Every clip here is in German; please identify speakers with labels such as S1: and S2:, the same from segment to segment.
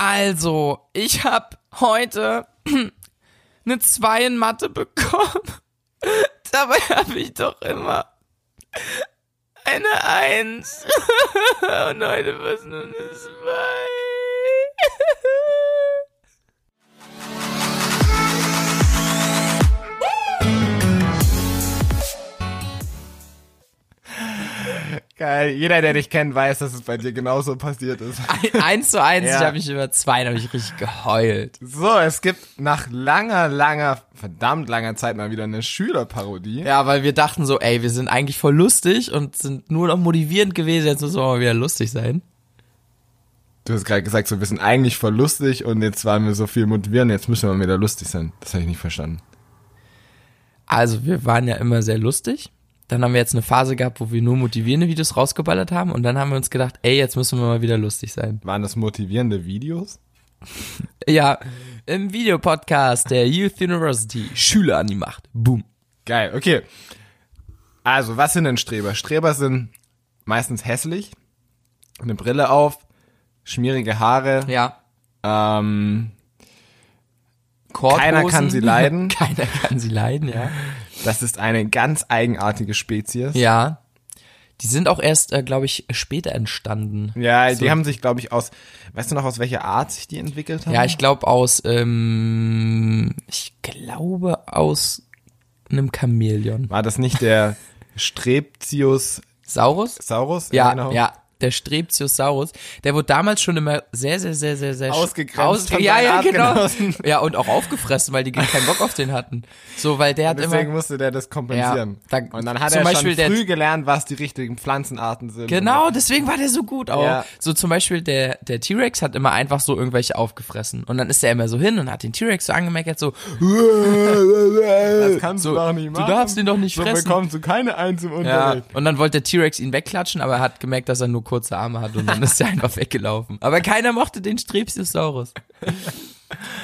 S1: Also, ich habe heute eine 2 in Mathe bekommen. Dabei habe ich doch immer eine 1. Und heute wird es nur eine 2.
S2: Geil. Jeder, der dich kennt, weiß, dass es bei dir genauso passiert ist.
S1: Eins zu eins,
S2: Ja.
S1: ich habe mich über zwei, da habe ich richtig geheult.
S2: So, es gibt nach langer, langer, verdammt langer Zeit mal wieder eine Schülerparodie.
S1: Ja, weil wir dachten so, ey, wir sind eigentlich voll lustig und sind nur noch motivierend gewesen, jetzt müssen wir mal wieder lustig sein.
S2: Du hast gerade gesagt, so, wir sind eigentlich voll lustig und jetzt waren wir so viel motivierend, jetzt müssen wir mal wieder lustig sein. Das habe ich nicht verstanden.
S1: Also, wir waren ja immer sehr lustig. Dann haben wir jetzt eine Phase gehabt, wo wir nur motivierende Videos rausgeballert haben und dann haben wir uns gedacht, ey, jetzt müssen wir mal wieder lustig sein.
S2: Waren das motivierende Videos?
S1: Ja, im Videopodcast der Youth University Schüler an die Macht. Boom.
S2: Geil, okay. Also, was sind denn Streber? Streber sind meistens hässlich, eine Brille auf, schmierige Haare,
S1: Ja.
S2: ähm,
S1: Korthosen.
S2: Keiner kann sie leiden.
S1: Keiner kann sie leiden, ja.
S2: das ist eine ganz eigenartige Spezies.
S1: Ja. Die sind auch erst, äh, glaube ich, später entstanden.
S2: Ja, die
S1: So.
S2: haben sich, glaube ich, aus, weißt du noch, aus welcher Art sich die entwickelt haben?
S1: Ja, ich glaube aus, ähm, ich glaube aus einem Chamäleon.
S2: War das nicht der Streptius
S1: Saurus?
S2: Saurus?
S1: Ja, ja. Der Strebziosaurus, der wurde damals schon immer sehr, sehr, sehr, sehr, sehr sch-
S2: Ausgegrenzt
S1: Aus,
S2: von
S1: ja,
S2: seinen
S1: ja, genau.
S2: Artgenossen.
S1: Ja, und auch aufgefressen, weil die keinen Bock auf den hatten. So, weil der hat immer.
S2: Deswegen musste der das kompensieren.
S1: Ja, da-
S2: und dann hat
S1: zum
S2: er
S1: Beispiel der-
S2: schon früh gelernt, was die richtigen Pflanzenarten sind.
S1: Genau, deswegen war der so gut auch.
S2: Ja.
S1: So zum Beispiel der, der T-Rex hat immer einfach so irgendwelche aufgefressen. Und dann ist er immer so hin und hat den T-Rex so angemeckert, so,
S2: Das kannst
S1: So,
S2: du doch nicht
S1: du
S2: machen.
S1: darfst ihn doch nicht
S2: so
S1: fressen.
S2: bekommst du keine Eins im
S1: ja.
S2: Unterricht.
S1: Und dann wollte der T-Rex ihn wegklatschen, aber er hat gemerkt, dass er nur kurze Arme hat und dann ist er einfach weggelaufen. Aber keiner mochte den Strebsiosaurus.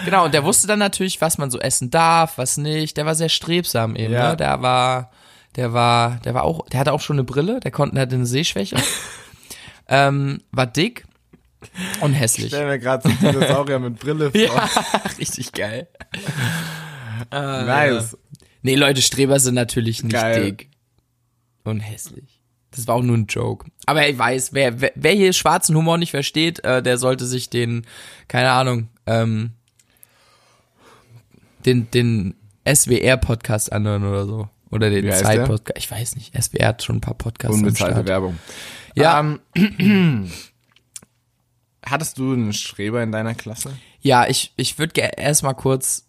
S1: genau, und der wusste dann natürlich, was man so essen darf, was nicht. Der war sehr strebsam eben,
S2: Ja.
S1: ne? Der war, der war, der war auch, der hatte auch schon eine Brille, der konnte, hatte eine Sehschwäche. ähm, war dick und hässlich.
S2: Ich stelle mir gerade so einen Dinosaurier mit Brille vor.
S1: Ja, richtig geil.
S2: nice.
S1: Nee, Leute, Streber sind natürlich nicht
S2: Geil.
S1: dick und hässlich. Das war auch nur ein Joke. Aber ich weiß, wer, wer, wer hier schwarzen Humor nicht versteht, äh, der sollte sich den, keine Ahnung, ähm, den, den SWR-Podcast anhören oder so. Oder den
S2: Wie heißt der?
S1: Zeit-Podcast. Ich weiß nicht. SWR hat schon ein paar Podcasts am
S2: Unbezahlte
S1: Start.
S2: Werbung.
S1: Ja.
S2: Ähm, hattest du einen Streber in deiner Klasse?
S1: Ja, ich, ich würde erstmal kurz,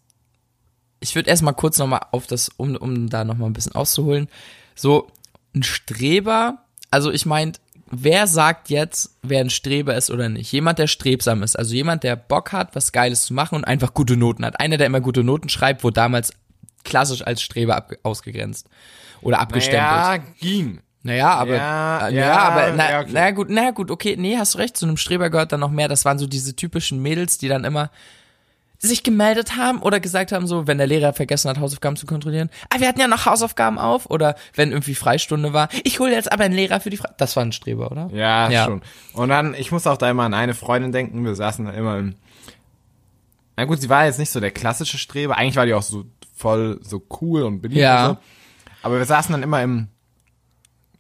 S1: ich würde erstmal kurz nochmal auf das, um, um da nochmal ein bisschen auszuholen. So, ein Streber, also ich meint, wer sagt jetzt, wer ein Streber ist oder nicht? Jemand, der strebsam ist, also jemand, der Bock hat, was Geiles zu machen und einfach gute Noten hat. Einer, der immer gute Noten schreibt, wurde damals klassisch als Streber ab, ausgegrenzt oder abgestempelt.
S2: ging.
S1: Naja, aber,
S2: Ja,
S1: äh,
S2: ja,
S1: ja, aber, na,
S2: ja, okay.
S1: na gut, na gut, okay, nee, hast du recht, zu einem Streber gehört dann noch mehr, das waren so diese typischen Mädels, die dann immer sich gemeldet haben oder gesagt haben, so, wenn der Lehrer vergessen hat, Hausaufgaben zu kontrollieren, ah, wir hatten ja noch Hausaufgaben auf, oder wenn irgendwie Freistunde war, ich hole jetzt aber einen Lehrer für die Fre Das war ein Streber, oder?
S2: Ja,
S1: Ja.
S2: schon. Und dann, ich muss auch da immer an eine Freundin denken, wir saßen da immer im... Na gut, sie war jetzt nicht so der klassische Streber, eigentlich war die auch so voll so cool und beliebt
S1: Ja.
S2: und so. Aber wir saßen dann immer im...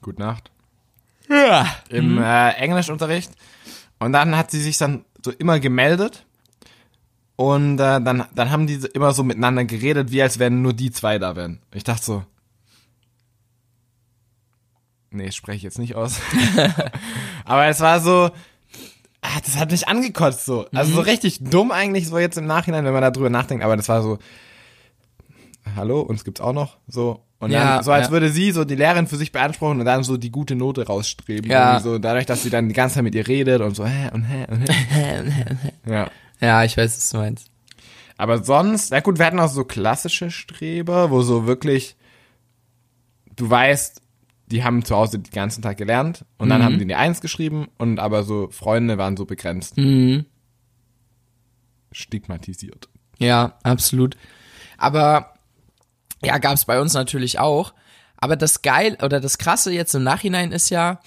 S2: Gute Nacht.
S1: Ja.
S2: Im äh, Englischunterricht. Und dann hat sie sich dann so immer gemeldet. Und äh, dann, dann haben die so immer so miteinander geredet, wie als wären nur die zwei da wären. Ich dachte so... Nee, spreche ich jetzt nicht aus. Aber es war so, ah, das hat mich angekotzt so. Also
S1: Mhm.
S2: so richtig dumm eigentlich so jetzt im Nachhinein, wenn man da drüber nachdenkt. Aber das war so, hallo, uns gibt's auch noch so. Und
S1: Ja,
S2: dann, so als
S1: ja.
S2: würde sie so die Lehrerin für sich beanspruchen und dann so die gute Note rausstreben.
S1: Ja.
S2: Irgendwie So dadurch, dass sie dann die ganze Zeit mit ihr redet und so, hä, und hä, und hä. ja.
S1: Ja, ich weiß, was du meinst.
S2: Aber sonst, na gut, wir hatten auch so klassische Streber, wo so wirklich, du weißt, die haben zu Hause den ganzen Tag gelernt und dann haben die eine Eins geschrieben und aber so Freunde waren so begrenzt. Stigmatisiert.
S1: Ja, absolut. Aber ja, gab's bei uns natürlich auch. Aber das geil oder das Krasse jetzt im Nachhinein ist ja,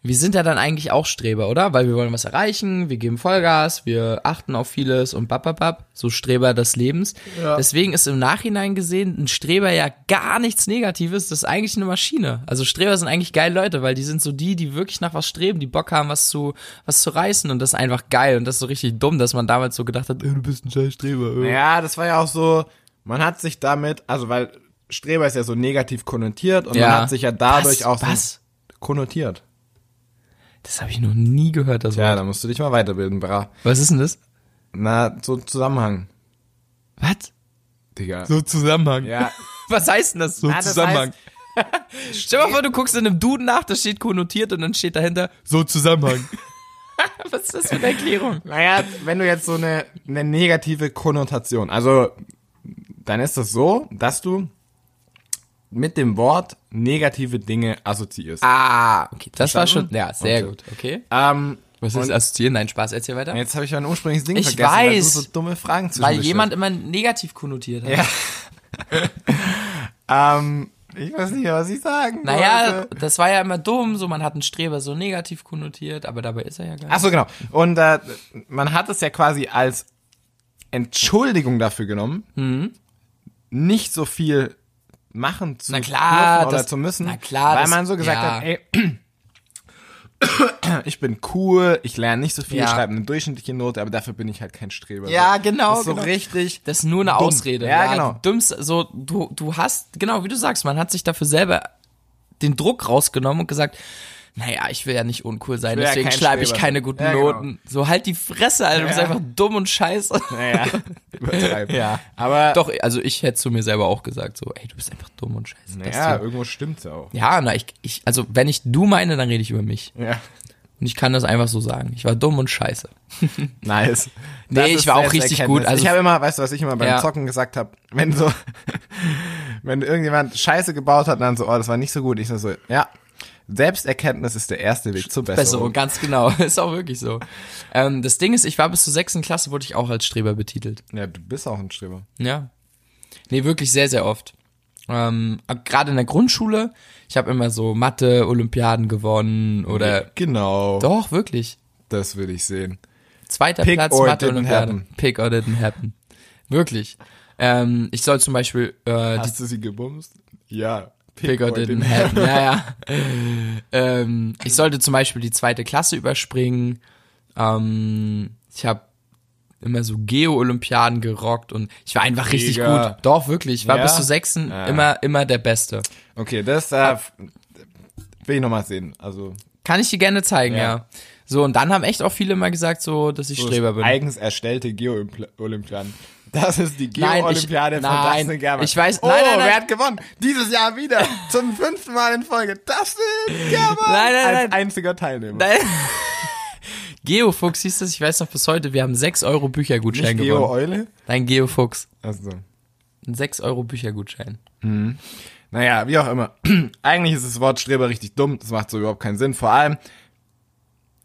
S1: wir sind ja dann eigentlich auch Streber, oder? Weil wir wollen was erreichen, wir geben Vollgas, wir achten auf vieles und bababab, so Streber des Lebens.
S2: Ja.
S1: Deswegen ist im Nachhinein gesehen ein Streber ja gar nichts Negatives, das ist eigentlich eine Maschine. Also Streber sind eigentlich geile Leute, weil die sind so die, die wirklich nach was streben, die Bock haben, was zu, was zu reißen und das ist einfach geil und das ist so richtig dumm, dass man damals so gedacht hat, äh, du bist ein scheiß Streber. Äh.
S2: Ja, das war ja auch so, man hat sich damit, also weil Streber ist ja so negativ konnotiert und
S1: Ja.
S2: man hat sich ja dadurch
S1: was,
S2: auch so
S1: Was?
S2: konnotiert.
S1: Das habe ich noch nie gehört, das
S2: Ja,
S1: Wort.
S2: da musst du dich mal weiterbilden, bra.
S1: Was ist denn das?
S2: Na, so Zusammenhang.
S1: Was?
S2: Digga.
S1: So Zusammenhang.
S2: Ja.
S1: Was heißt denn das so
S2: Na, das
S1: Zusammenhang? Stell mal vor, du guckst in einem Duden nach, das steht konnotiert und dann steht dahinter so Zusammenhang. Was ist das für eine Erklärung?
S2: Naja, wenn du jetzt so eine, eine negative Konnotation, also dann ist das so, dass du mit dem Wort negative Dinge assoziierst.
S1: Ah, okay, das war schon,
S2: Verstanden?
S1: ja, sehr
S2: Okay.
S1: gut, okay.
S2: Ähm,
S1: Was ist
S2: Und-
S1: assoziieren? Nein, Spaß, erzähl weiter.
S2: jetzt habe ich mein ursprüngliches Ding
S1: Ich
S2: vergessen, weil du
S1: weiß.
S2: so dumme Fragen zu
S1: Weil jemand immer negativ konnotiert hat.
S2: Ja. Ähm, ich weiß nicht, was ich sagen
S1: Naja,
S2: wollte.
S1: das war ja immer dumm, so man hat einen Streber so negativ konnotiert, aber dabei ist er ja gar
S2: Ach
S1: nicht.
S2: so, genau. Und äh, man hat es ja quasi als Entschuldigung dafür genommen, nicht so viel machen zu
S1: Na klar,
S2: dürfen oder
S1: das-
S2: zu müssen,
S1: na klar,
S2: weil
S1: das-
S2: man so gesagt
S1: ja.
S2: hat, ey, ich bin cool, ich lerne nicht so viel, ich
S1: Ja.
S2: schreibe eine durchschnittliche Note, aber dafür bin ich halt kein Streber.
S1: Ja,
S2: So.
S1: genau,
S2: Das ist so
S1: genau.
S2: richtig.
S1: Das ist nur eine
S2: Dumm.
S1: Ausrede.
S2: Ja, genau.
S1: du Dummst, so, du, du hast, genau, wie du sagst, man hat sich dafür selber den Druck rausgenommen und gesagt, naja, ich will ja nicht uncool sein,
S2: will ja
S1: deswegen
S2: kein
S1: schreibe ich
S2: Streber
S1: keine
S2: sein.
S1: guten
S2: Ja, genau.
S1: Noten. So halt die Fresse, Alter, du bist
S2: Ja.
S1: einfach dumm und scheiße.
S2: Naja, übertreiben.
S1: Ja.
S2: Aber
S1: Doch, also ich hätte zu mir selber auch gesagt, so, ey, du bist einfach dumm und scheiße. Das
S2: ja,
S1: hier-
S2: irgendwo stimmt's ja auch.
S1: ja na, ich, ich, also wenn ich du meine, dann rede ich über mich.
S2: Ja.
S1: Und ich kann das einfach so sagen. Ich war dumm und scheiße.
S2: Nice.
S1: Nee,
S2: Das
S1: ich
S2: ist
S1: war auch
S2: jetzt
S1: richtig
S2: Erkenntnis.
S1: gut, also-
S2: ich habe immer, weißt du, was ich immer beim
S1: Ja.
S2: Zocken gesagt habe, wenn so, wenn irgendjemand Scheiße gebaut hat, dann so, oh, das war nicht so gut. Ich so, so ja, Selbsterkenntnis ist der erste Weg zur
S1: Besserung,
S2: Besserung.
S1: ganz genau. Ist auch wirklich so. Ähm, das Ding ist, ich war bis zur sechsten Klasse, wurde ich auch als Streber betitelt.
S2: Ja, du bist auch ein Streber.
S1: Ja. Nee, wirklich sehr, sehr oft. Ähm, ab- gerade in der Grundschule, ich habe immer so Mathe-Olympiaden gewonnen oder
S2: genau,
S1: Äh. doch, wirklich.
S2: das will ich sehen.
S1: Zweiter
S2: Pick
S1: Platz
S2: or it didn't
S1: Mathe-Olympiade.
S2: happen.
S1: Pick or didn't happen. Wirklich. Ähm, ich soll zum Beispiel äh, die
S2: Hast du sie gebumst? Ja.
S1: Pick or didn't happen. Ja, ja. ähm, ich sollte zum Beispiel die zweite Klasse überspringen. Ähm, ich habe immer so Geo-Olympiaden gerockt und ich war einfach richtig
S2: Mega.
S1: gut. Doch, wirklich. Ich war
S2: Ja?
S1: bis zur sechsten
S2: Ah.
S1: immer, immer der Beste.
S2: Okay, das äh, f- will ich nochmal sehen. Also
S1: Kann ich dir gerne zeigen, ja.
S2: Ja.
S1: So, und dann haben echt auch viele immer gesagt, so, dass ich
S2: so
S1: Streber bin.
S2: eigens erstellte Geo-Olympiaden. Das ist die
S1: Nein, ich-
S2: Geo-Olympiade von
S1: nein,
S2: Dustin Gerber.
S1: ich weiß-
S2: oh,
S1: nein, nein, nein.
S2: wer hat gewonnen? Dieses Jahr wieder zum fünften Mal in Folge. Dustin Gerber
S1: Nein, nein,
S2: als
S1: nein.
S2: einziger Teilnehmer.
S1: Nein. Geofuchs hieß das, ich weiß noch bis heute, wir haben 6 Euro Büchergutschein
S2: Nicht
S1: gewonnen.
S2: Geo-Eule.
S1: Nein, Geofuchs.
S2: Also,
S1: Ein 6 Euro Büchergutschein.
S2: naja, wie auch immer. Eigentlich ist das Wort Streber richtig dumm. Das macht so überhaupt keinen Sinn. Vor allem,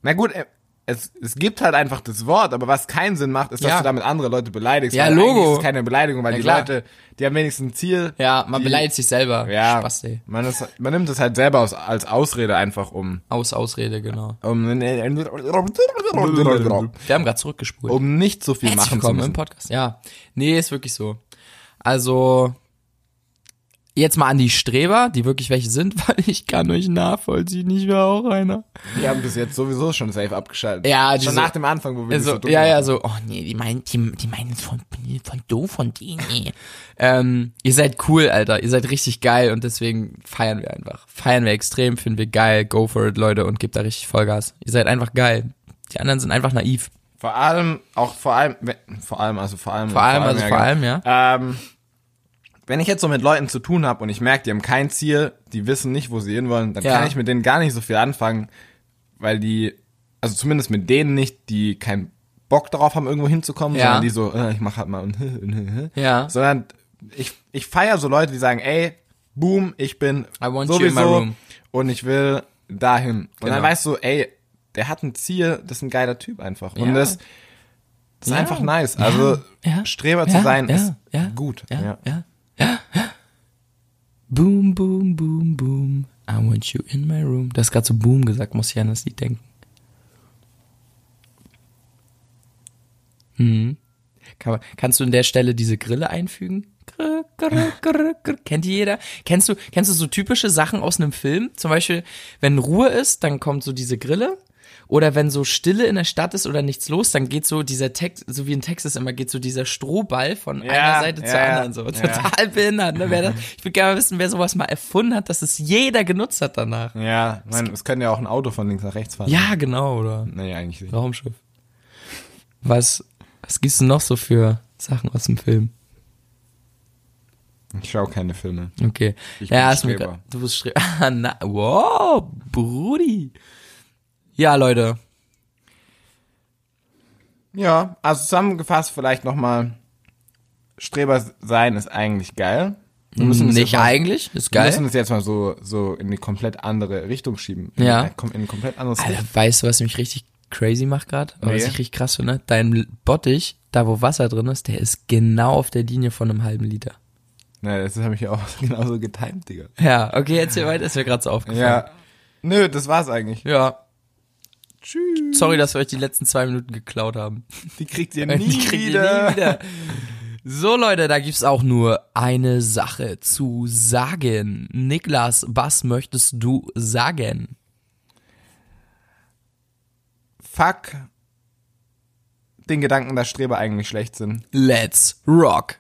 S2: na gut, äh, es, es gibt halt einfach das Wort, aber was keinen Sinn macht, ist, dass
S1: Ja.
S2: du damit andere Leute beleidigst.
S1: Ja,
S2: weil
S1: Logo.
S2: eigentlich Ist es keine Beleidigung, weil
S1: Na
S2: die
S1: klar.
S2: Leute, die haben wenigstens ein Ziel.
S1: Ja, man
S2: die,
S1: beleidigt sich selber.
S2: Ja,
S1: Spasti.
S2: Man, ist, man nimmt es halt selber aus, als Ausrede einfach um.
S1: Aus Ausrede, genau.
S2: Um, um
S1: Wir haben gerade zurückgespult.
S2: nicht so viel
S1: Um Herzlich
S2: machen zu
S1: willkommen im
S2: müssen.
S1: Podcast. Ja. Nee, ist wirklich so. Also, jetzt mal an die Streber, die wirklich welche sind, weil ich kann euch nachvollziehen, ich wäre auch einer.
S2: Wir haben bis jetzt sowieso schon safe abgeschaltet.
S1: Ja, die
S2: schon
S1: so-
S2: nach dem Anfang, wo wir
S1: Also,
S2: nicht so dumm
S1: ja,
S2: waren.
S1: ja, so, oh nee, die meinen, die, die meinen von, von du, von die, nee. ähm, ihr seid cool, Alter, ihr seid richtig geil und deswegen feiern wir einfach. Feiern wir extrem, finden wir geil, go for it, Leute, und gebt da richtig Vollgas. Ihr seid einfach geil. Die anderen sind einfach naiv.
S2: Vor allem, auch vor allem, wenn- vor allem, also vor allem.
S1: Vor allem, also vor allem, ja.
S2: Ähm, wenn ich jetzt so mit Leuten zu tun habe und ich merke, die haben kein Ziel, die wissen nicht, wo sie hinwollen, dann
S1: Ja.
S2: kann ich mit denen gar nicht so viel anfangen, weil die, also zumindest mit denen nicht, die keinen Bock darauf haben, irgendwo hinzukommen,
S1: Ja.
S2: sondern die so, äh, ich mach halt mal und,
S1: Ja.
S2: sondern ich, ich feiere so Leute, die sagen, ey, boom, ich bin
S1: I want you in my
S2: sowieso
S1: room.
S2: und ich will dahin. Und dann
S1: Genau.
S2: weißt du, ey, der hat ein Ziel, das ist ein geiler Typ einfach. Und
S1: Ja.
S2: das, das ist
S1: Ja.
S2: einfach nice. Also
S1: Ja.
S2: Streber
S1: Ja,
S2: zu sein
S1: ja,
S2: ist
S1: ja,
S2: gut.
S1: Ja, ja, ja. Boom, boom, boom, boom. I want you in my room. Du hast gerade so Boom gesagt, muss ich an das Lied denken. Mhm. Kann man, kannst du in der Stelle diese Grille einfügen? Grr, grr, grr, grr. Kennt die jeder? Kennst du, kennst du so typische Sachen aus einem Film? Zum Beispiel, wenn Ruhe ist, dann kommt so diese Grille. Oder wenn so Stille in der Stadt ist oder nichts los, dann geht so dieser Text, so wie in Texas immer, geht so dieser Strohball von
S2: Ja,
S1: einer Seite zur
S2: ja,
S1: anderen. So
S2: ja.
S1: total behindert. Ne? Wer das, ich würde gerne mal wissen, wer sowas mal erfunden hat, dass es jeder genutzt hat danach.
S2: Ja, man, es könnte ja auch ein Auto von links nach rechts fahren.
S1: Ja, genau, oder?
S2: Nee, eigentlich nicht.
S1: Raumschiff. Was, was gibt's denn noch so für Sachen aus dem Film?
S2: Ich schaue keine Filme.
S1: Okay.
S2: Ich
S1: ja,
S2: bin
S1: ist mir
S2: Streber.
S1: grad- Du bist Streber. Ah, Na, wow, Brudi. Ja, Leute.
S2: Ja, also zusammengefasst vielleicht nochmal, Streber sein ist eigentlich geil. Wir müssen das
S1: Nicht
S2: jetzt mal-
S1: eigentlich, ist
S2: Wir
S1: geil.
S2: müssen das jetzt mal so, so in eine komplett andere Richtung schieben.
S1: Ja.
S2: In ein komplett anderes
S1: Alter, weißt du, was mich richtig crazy macht gerade?
S2: Nee.
S1: Was ich richtig krass finde? Dein Bottich, da wo Wasser drin ist, der ist genau auf der Linie von einem halben Liter.
S2: Na, das habe ich ja auch genauso getimt, Digga.
S1: Ja, okay, erzähl weiter, ist mir gerade so aufgefallen.
S2: Ja. Nö, das war's eigentlich.
S1: Ja. ja.
S2: Tschüss.
S1: Sorry, dass wir euch die letzten zwei Minuten geklaut haben.
S2: Die kriegt ihr
S1: Die
S2: nie
S1: kriegt ihr
S2: wieder.
S1: nie wieder. So Leute, da gibt's auch nur eine Sache zu sagen. Niklas, was möchtest du sagen?
S2: Fuck den Gedanken, dass Streber eigentlich schlecht sind.
S1: Let's rock.